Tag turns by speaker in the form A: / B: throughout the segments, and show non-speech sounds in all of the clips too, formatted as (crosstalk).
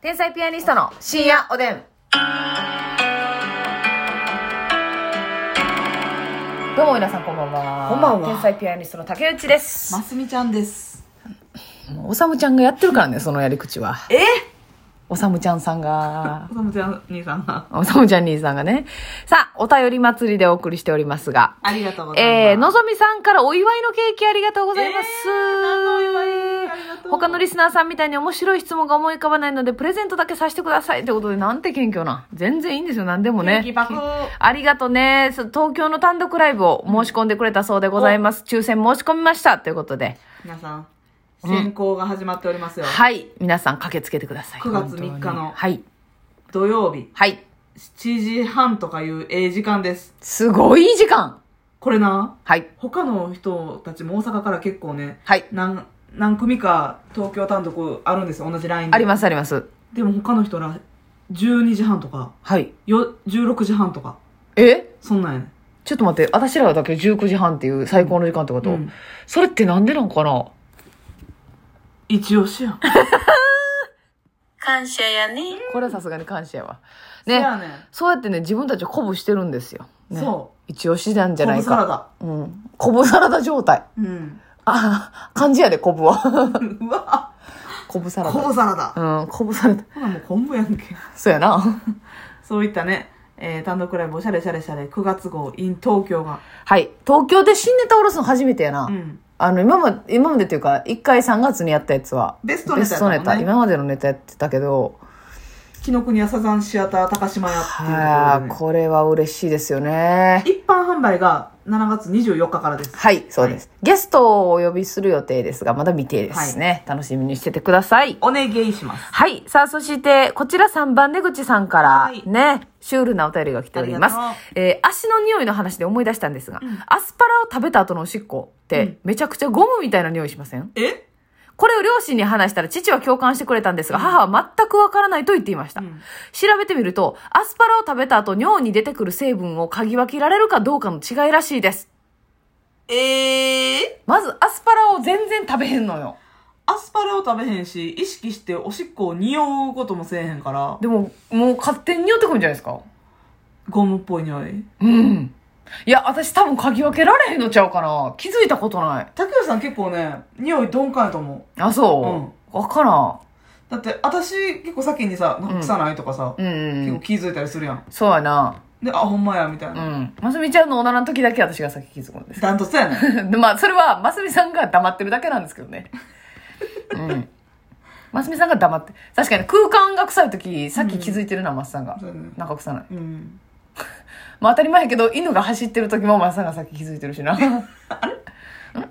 A: 天才ピアニストの深夜おでん。どうも皆さんこんばんは。
B: こんばんは
A: 天才ピアニストの竹内です。
B: ますみちゃんです。
A: もうおさむちゃんがやってるからね、そのやり口は。
B: え
A: おさむちゃんさんが。
B: おさむちゃん兄さんが。
A: おさむちゃん兄さんがね。さあ、お便り祭りでお送りしておりますが。
B: ありがとうございます。
A: えー、のぞみさんからお祝いのケーキありがとうございます。
B: りがとう
A: 他のリスナーさんみたいに面白い質問が思い浮かばないので、プレゼントだけさせてください。ってことで、なんて謙虚な。全然いいんですよ、なんでもね。
B: 元気爆
A: ありがとね。そう東京の単独ライブを申し込んでくれたそうでございます。抽選申し込みました。ということで。
B: 皆さん、選考が始まっておりますよ。
A: はい。皆さん駆けつけてください。
B: 9月3
A: 本
B: 日
A: 当
B: の
A: にはい。
B: 土曜日、
A: はい。
B: 7時半とかいうええ時間です。
A: すごい時間
B: これな、
A: はい。
B: 他の人たちも大阪から結構ね、
A: はい。
B: 何、何組か東京単独あるんですよ、同じラインで。
A: ありますあります。
B: でも他の人ら、12時半とか、
A: はい。
B: よ16時半とか、
A: え
B: そんなんやね。
A: ちょっと待って、私らだけ19時半っていう最高の時間ってこと、
B: うん
A: それってなんでなんかな
B: 一押しやん。
C: 感謝やね。
A: これはさすがに感謝やわ。
B: せ
A: ね。
B: やねん。
A: そうやってね、自分たちを鼓舞してるんですよ。ね、。
B: そう
A: 一押しなんじゃ
B: コ
A: ない
B: ブサラ
A: か。
B: ダ。
A: うん。こぶサラダ状態。
B: うん。
A: (laughs) あ、漢字やで、こぶ (laughs) は。
B: うわ
A: こぶサラ
B: コ
A: ダ。
B: ブサラダ。
A: うん、こぶサラダ。
B: ほらもう昆布やんけ。
A: そうやな。
B: そういったね、えー、単独ライブおしゃれしゃれしゃれ9月号 in 東京が。
A: はい。東京で新ネタおろすの初めてやな。
B: うん。
A: あの、今まで、今までというか、一回3月にやったやつは。
B: ベストネタやったもんね
A: ベストネタ今までのネタやってたけど、
B: 紀ノ国屋サザンシアター高島屋
A: は
B: っていう
A: い、
B: とこ
A: これは嬉しいですよね
B: ろ。で、ね、一般販売が7月24日からです。
A: はい、そうです、ゲストをお呼びする予定ですが、まだ未定ですね。楽しみにしててください。
B: お願いします。
A: はい。さあ、そして、こちら3番出口さんから
B: はい、
A: ね、シュールなお便りが来ております
B: ありがと。
A: えー足の匂いの話で思い出したんですが、アスパラを食べた後のおしっこって、
B: うん
A: めちゃくちゃゴムみたいな匂いしません
B: え
A: これを両親に話したら父は共感してくれたんですが、母は全くわからないと言っていました。
B: うん
A: 調べてみると、アスパラを食べた後尿に出てくる成分を嗅ぎ分けられるかどうかの違いらしいです。
B: ええ
A: まず、アスパラを全然食べへんのよ。
B: アスパラを食べへんし、意識しておしっこを匂うこともせえへんから、
A: でも、もう勝手に匂ってくるんじゃないですか
B: ゴムっぽい匂い。
A: うん。いや、私多分嗅ぎ分けられへんのちゃうかな。気づいたことない。
B: 竹内さん結構ね、匂い鈍感やと思う。
A: あ、そう。わ、から
B: だって、私結構先にさ、なんか臭ないとかさ、
A: ん。うんう
B: 結構
A: ん。
B: 気づいたりするやん。
A: そうやな。
B: で、あ、ほんまや、みたいうな。
A: ん。ますみちゃんのおならの時だけ私が先気づくんです。 (laughs)
B: ダントツやねん。
A: でまあ、それは、ますみさんが黙ってるだけなんですけどね。うん。ますみさんが黙って。確かに空間が臭い時、さっき気づいてるな、マスさんが
B: そう。やねん
A: なんか臭ない。
B: うん。
A: まあ当たり前やけど、犬が走ってる時もマスさんがさっき気づいてるしな。っ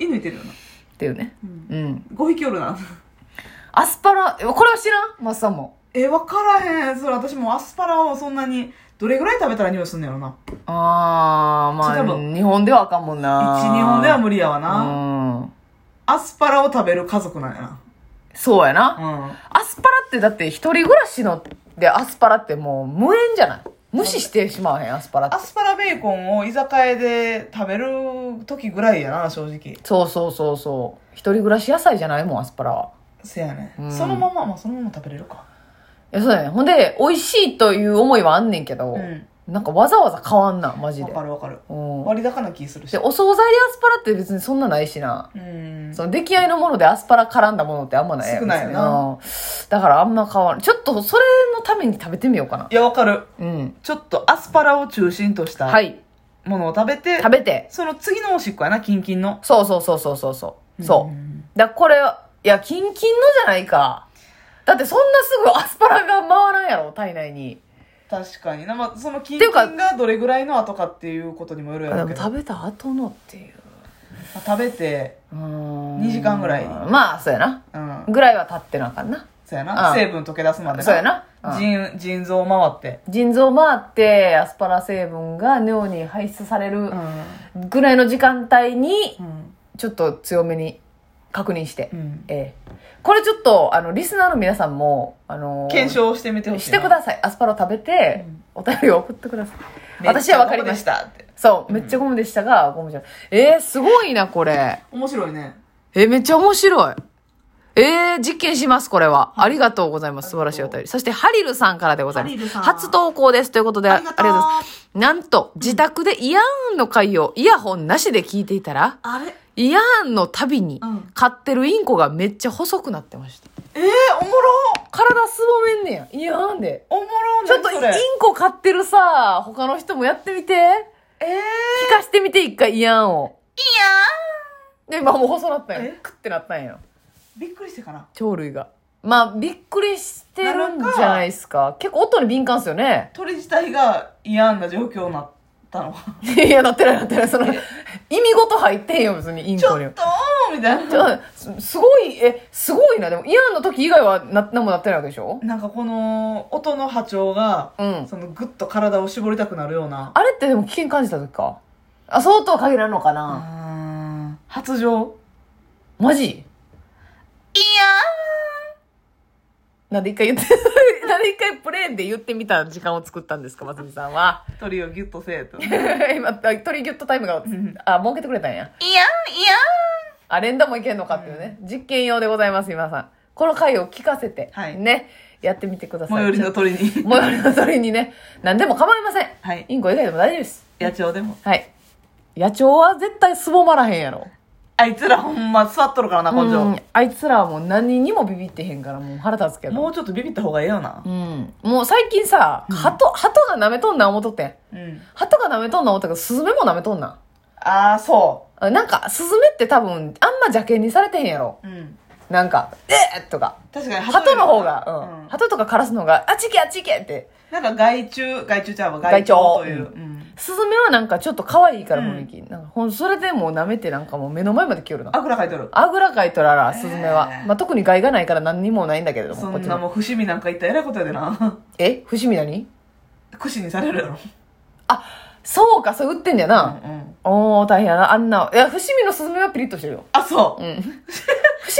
B: 犬いてるよな。
A: ていうね。うん。
B: 5匹おるな。
A: アスパラ、えこれは知らんマスさんも。
B: え、わからへん。それ私もアスパラをそんなに、どれぐらい食べたら匂いすんのやろな。
A: あー、ま
B: ちょっと
A: あ、
B: 多分
A: 日本ではあかんもんな。
B: 1、2本では無理やわな。
A: うん。
B: アスパラを食べる家族なんや
A: そうやな。
B: な。うん。
A: アスパラってだって一人暮らしのでアスパラってもう無縁じゃない無視してしまわへん、アスパラって
B: ア。スパラベーコンを居酒屋で食べる時ぐらいやな、正直。
A: そうそうそうそう。一人暮らし野菜じゃないもん、アスパラは。
B: せやね。
A: うん
B: そのまま、まあそのまま食べれるか。
A: いや、そうだね。ほんで、美味しいという思いはあんねんけど、
B: うん
A: なんかわざわざ変わんな、マジ
B: わ
A: で。
B: かるわかる。
A: うん。
B: 割高な気するし
A: で、。お惣菜でアスパラって別にそんなないしな。
B: うん。
A: その出来合いのものでアスパラ絡んだものってあんまないやん
B: 少ないよな
A: 別になだからあんま変わらんちょっとそれのために食べてみようかない
B: や、わかる。
A: うん
B: ちょっとアスパラを中心とした
A: はい
B: ものを食べて、
A: 食べて
B: その次のおしっこやな、キンキンの。
A: そうそうそうそうそうそうそ
B: ん
A: うだからこれいやキンキンのじゃないかだってそんなすぐアスパラが回らんやろ体内に
B: 確かにな、まあ、そのキン
A: て
B: キ
A: いうか
B: ンがどれぐらいの後かっていうことにもよるや
A: で
B: ろうけ
A: も
B: ど
A: 食べた後のっていう
B: まあ食べて
A: うーん
B: 二時間ぐらい
A: まあそうやな
B: うん
A: ぐらいは経ってなあかんな
B: そうやな、
A: うん
B: 成分溶け出すまで
A: そうやな、うん
B: 腎腎臓回って
A: 腎臓回ってアスパラ成分が尿に排出される
B: ん
A: ぐらいの時間帯に
B: うん
A: ちょっと強めに確認して、
B: うん
A: ええこれちょっとあのリスナーの皆さんも、あのー
B: 検証してみてほしい
A: してくださいアスパラを食べて、
B: うん
A: お便りを送ってください
B: い
A: 私は分かりました
B: たって
A: そうめっちゃゴムでしたが、ゴムじゃないえー、すごいなこれ
B: 面白いね
A: えーめっちゃ面白いえー、実験します、これは。ありがとうございます。素晴らしいお便り。そして、ハリルさんからでございま
B: ハ
A: す
B: リル。さん
A: 初投稿です。ということで、
B: ありがとう
A: ございます。なんと、自宅でイヤーンの回をイヤホンなしで聞いていたら、
B: あれ
A: イヤーンのたびに
B: うん
A: 飼ってるインコがめっちゃ細くなってました。
B: えー、おもろ
A: 体すぼめんねや。イヤーンで。
B: おもろ
A: ちょっとイ
B: 何
A: ン
B: それ
A: コ飼ってるさ、他の人もやってみて。
B: え
A: 聞かしてみて、一回イヤーンを。イヤーンで、今もう細なったんや
B: え。
A: クってなったんや。
B: ー、びっくりしてかな
A: 鳥類が。まあ、びっくりしてるんじゃないですか。結構音に敏感っすよね。
B: 鳥自体が嫌な状況になったの
A: (laughs) いや、なってないなってない。 (laughs) その、意味ごと入ってへんよ、別に、イン
B: (laughs) ちょ
A: コ
B: っと
A: に
B: ー。みたい
A: ちょ
B: な
A: すすごい、え、すごいな。でも、イヤーンの時以外はな、何もなってないわけでしょ
B: なんかこの音の波長が、
A: うん
B: そのグッと体を絞りたくなるような
A: あれってでも危険感じた時か。あ、相当限られるのかな。
B: あー発情
A: マジ
B: い
A: なんで一回言って、 (laughs) なんで一回プレーンで言ってみた時間を作ったんですか、ますみさんは。 (laughs)
B: や鳥をギュッとせえといや
A: 今、あトリギュットタイムが、あ、設けてくれたんや。
B: いや
A: あ、連打もいけんのかっていうね。実験用でございます、皆さん。この回を聞かせて、
B: はい
A: ね、やってみてください。
B: 最寄りの鳥に
A: 最寄りの鳥にね、何でも構いません。
B: はい
A: インコ以外でも大丈夫です。
B: 野鳥でも
A: はい。野鳥は絶対すぼまらへんやろ。
B: あいつらほんま座っとるからな根
A: う
B: 性
A: んあいつらはもう何にもビビってへんから、もう腹立つけど。
B: もうちょっとビビった方がええよな
A: うん。もう最近さ、鳩、鳩が舐めとんな思っとってん。
B: うん
A: 鳩が舐めとんな思ったけど、スズメも舐めとんな。
B: ああそ
A: あなんか、スズメって多分、あんま邪険にされてへんやろ。
B: ううん
A: なんか、えー、とか。
B: 確かに
A: 鳩
B: より
A: の方が、うん。鳩とかカラスの方が、あっち行けあっち行けって。
B: なんか害虫害虫ちゃうわ
A: 害
B: 害
A: 鳥
B: 鳥とい
A: う
B: う、うん
A: スズメはなんかちょっと可愛いから雰囲気。なんかほん、それでもう舐めてなんかもう目の前まで来よるな。
B: あぐらかいとる
A: あぐらかいとらら、スズメは。
B: えー
A: まあ、特に害がないから何にもないんだけれども、
B: そ
A: こっ
B: ん
A: ち
B: な
A: の。
B: もう伏見なんか言ったらえらいことやでな (laughs)
A: え伏見何
B: 串にされるやろ
A: あ、そうか、それ売ってんだよな。
B: うんうん
A: おー、大変やな。あんな、いや、伏見のスズメはピリッとしてるよ。
B: あそ
A: う
B: う、
A: ん。 (laughs) 伏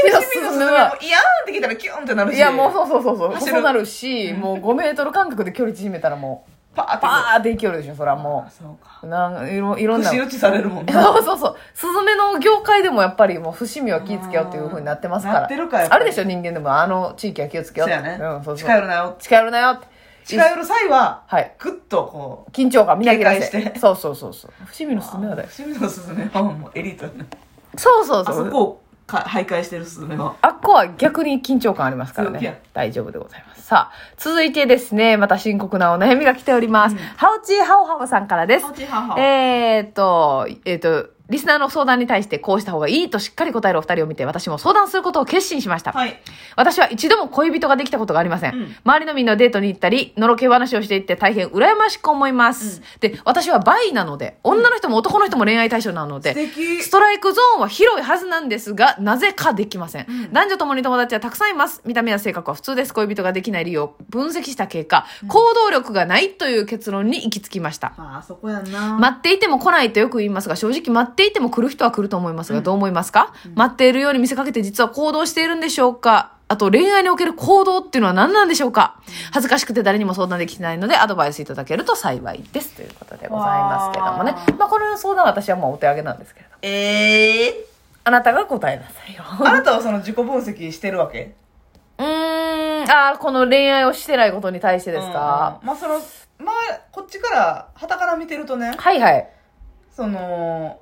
A: 見のス
B: 伏見の
A: ズ
B: スズ
A: メ
B: メ
A: は
B: も、いやーってきたらキュンってなるし
A: いや、もうそうそうそうそう、
B: 走る
A: 細なるし、もう5メートル間隔で距離縮めたらもう、
B: パーって
A: パーっていけるでしょ、それはも
B: あそうか
A: う。なん、いろ、いろんな。 (laughs)
B: 串打ちされるもんな
A: そうそうそう。スズメの業界でもやっぱりもう伏見は気ぃつけようっていう風になってますから。
B: なってるかやっぱ
A: あ
B: り
A: るでしょ、人間でも。あの地域は気をつけよ
B: そうう
A: って。
B: やね、
A: うん、そうそう。
B: 近寄るなよ
A: 近寄るなよって。
B: 近寄る際は
A: はい。
B: グッとこ
A: 緊張感みなぎらせ
B: 警戒して
A: そうそうそうそう。伏見の
B: う
A: スズメはだよ。
B: 伏見のスズメはもうエリートやね
A: そうそう
B: あ
A: そ。
B: そうこをか徘徊してるスズメは
A: あっこは逆に緊張感ありますから
B: 強気や
A: ね。大丈夫でございます。さあ、続いてですね、また深刻なお悩みが来ております。ハオチーハオハオさんからです
B: ハオ。チハハ
A: えーっと、えーっと、リスナーの相談に対してこうした方がいいとしっかり答えるお二人を見て、私も相談することを決心しました。
B: はい
A: 私は一度も恋人ができたことがありません。
B: うん
A: 周りのみんなデートに行ったり、のろけ話をしていって大変羨ましく思います。で、私はバイなので、女の人も男の人も恋愛対象なので、
B: 素敵
A: ストライクゾーンは広いはずなんですが、なぜかできません。男女ともに友達はたくさんいます。見た目や性格は普通です。恋人ができない理由を分析した結果、行動力がないという結論に行き着きました。
B: ああそこやんな、
A: 待っていても来ないとよく言いますが、正直待っていても来る人は来ると思いますが、どう思いますか、待っているように見せかけて実は行動しているんでしょうかあと、恋愛における行動っていうのは何なんでしょうか恥ずかしくて誰にも相談できてないので、アドバイスいただけると幸いです。ということでございますけどもね
B: わ。
A: まあ、この相談は私はもうお手上げなんですけれど。
B: ええ
A: あなたが答えなさいよ。
B: あなたはその自己分析してるわけ
A: うーん、あーこの恋愛をしてないことに対してですか、
B: うんまあそのまあこっちから旗から見てるとね
A: はいはい。
B: その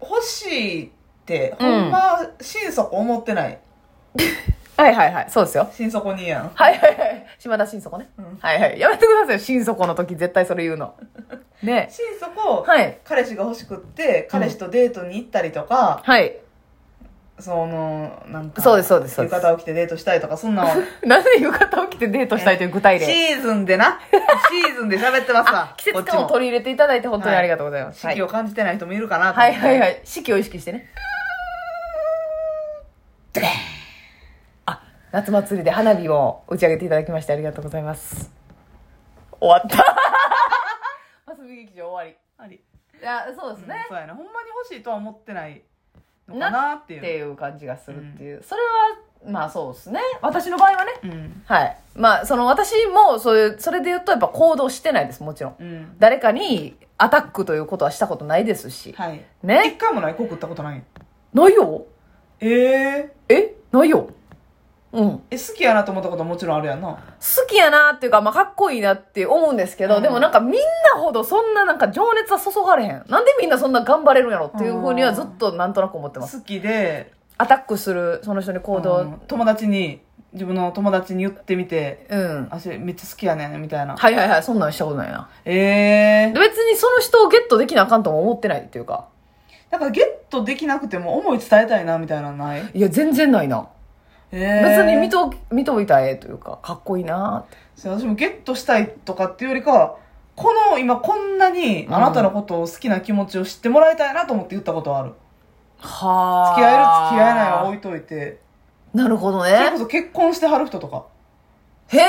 B: 欲しいって
A: うん
B: ほんま心底思ってない、
A: はいはいはい。そうですよ。
B: 心底にやん
A: はいはいはい。島田新底ね。
B: うん
A: はいはい。やめてくださいよ。新底の時絶対それ言う (laughs) の。ね
B: 心底、
A: はい。
B: 彼氏が欲しくって彼氏とデートに行ったりとか、
A: はい。
B: そのなんか
A: そうですそうですそうです
B: 浴衣を着てデートしたりとかそんなん
A: なんで浴衣を着てデートしたいという具体例。
B: シーズンでなシーズンで喋ってますわ
A: 季節感を取り入れていただいて本当にありがとうございます。
B: 四季を感じてない人もいるかなと思
A: は
B: っ
A: い
B: て
A: はいはい。四季を意識してね。あ、夏祭りで花火を打ち上げていただきましてありがとうございます。終わ (laughs) った。マスミ劇場終わ
B: あり
A: り。いや、そうですね。
B: うんそうやなほんまに欲しいとは思ってないのかなっていう
A: っていう感じがするっていう。それは、まあそうですね。私の場合はね。
B: うん
A: はい。まあ、その私も、そういう、それで言うとやっぱ行動してないです、もちろん。
B: うん
A: 誰かにアタックということはしたことないですし。
B: はい一
A: ね
B: 回もない告ったことない
A: ないよ
B: ええ
A: えないようん。
B: え、好きやなと思ったことはもちろんあるやんな。
A: 好きやなっていうか、まあ、かっこいいなって思うんですけど、
B: うん
A: でもなんかみんなほどそんななんか情熱は注がれへん。なんでみんなそんな頑張れるんやろっていうふうにはずっとなんとなく思ってます。
B: 好きで、
A: アタックする、その人に行
B: う
A: 動
B: ん。友達に、自分の友達に言ってみて、
A: うん。
B: あ、それめっちゃ好きやねん、みたいな。
A: はいはいはい、そんなんしたことないな。
B: ええ
A: で別にその人をゲットできなあかんとも思ってないっていうか。
B: だからゲットできなくても思い伝えたいな、みたいなのない
A: いや、全然ないな。
B: え
A: 別に見
B: と。
A: と、見といたらええというか、かっこいいなって。
B: そう私もゲットしたいとかっていうよりかは、この、今こんなにあなたのことを好きな気持ちを知ってもらいたいなと思って言ったことはある。
A: は
B: 付き合える付き合えないは置
A: い。
B: いといて、
A: なるほど
B: それこ
A: ね。
B: そ結婚してはる人とか、
A: へ
B: や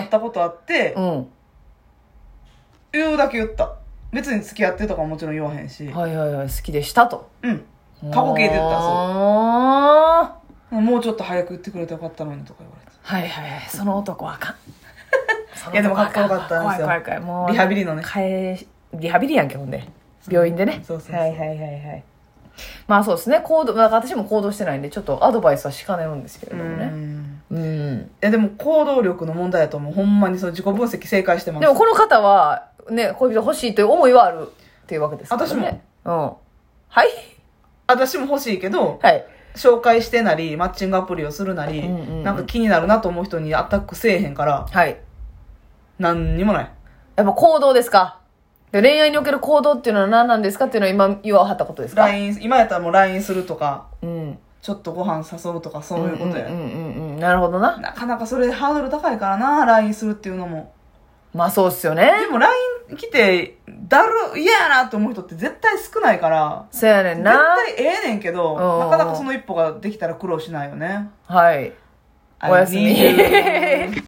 B: っ
A: え。
B: たことあって
A: う、ん。
B: 言うだけ言った。別に付き合ってとかもちろん言わへんし。
A: はいはいはい、好きでしたと。
B: うん。過去形で言ったらそう
A: そう。
B: もうちょっと早く言ってくれてよかったのにとか言われて。
A: はいはいはい、その男はあかん。
B: (laughs) いやでもかっこよかったんですよ
A: 怖い怖い怖い。もう、
B: リハビリのね
A: 返しリハビリやんけ、ほんで。病院でね。
B: そうそうそう
A: はいはいはいはい。まあそうですね、行動、まあ私も行動してないんで、ちょっとアドバイスはしかねるんですけれどもね。
B: ん。
A: うん。
B: いやでも行動力の問題だと思う。ほんまにその自己分析正解してます。
A: でもこの方は、ね、恋人欲しいという思いはあるっていうわけですからね。
B: 私も。
A: うん。はい
B: 私も欲しいけど、
A: はい。
B: 紹介してなり、マッチングアプリをするなり、
A: うんうんうん
B: なんか気になるなと思う人にアタックせえへんから、
A: はい。
B: なんにもない。
A: やっぱ行動ですかで恋愛における行動っていうのは何なんですかっていうのは今言わはったことですか
B: LINE、今やったらもう LINE するとか、
A: うん。
B: ちょっとご飯誘うとかそういうことや。
A: うんうんうんうん。なるほどな。
B: なかなかそれハードル高いからな、LINE するっていうのも。
A: まあそうっすよね。
B: でも LINE 来て、だる、嫌やなって思う人って絶対少ないから、
A: そうやねん
B: 絶
A: な。
B: 対ええねんけど、
A: うん
B: なかなかその一歩ができたら苦労しないよね。
A: はい。おやすみ
B: I need you